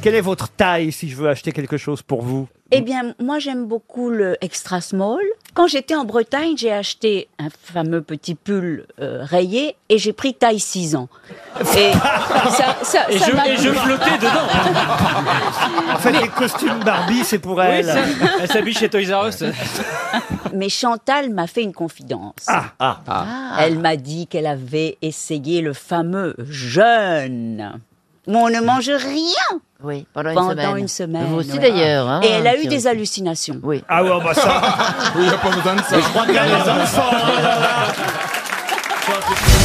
Quelle est votre taille si je veux acheter quelque chose pour vous Eh bien, moi, j'aime beaucoup le extra small. Quand j'étais en Bretagne, j'ai acheté un fameux petit pull euh, rayé et j'ai pris taille 6 ans. Et ça, ça, Et ça je, m'a- et je flottais dedans. En fait, les costumes Barbie, c'est pour elle. Elle s'habille chez Toys R Us. Mais Chantal m'a fait une confidence. Ah, Elle m'a dit qu'elle avait essayé le fameux jeûne. où on ne mange rien Oui, pendant, pendant une semaine. une semaine. Vous aussi ouais. d'ailleurs. hein, Et elle a eu Cyril. des hallucinations. Oui. ah ouais, bah ça. Oui, il n'y a pas besoin de ça. les enfants.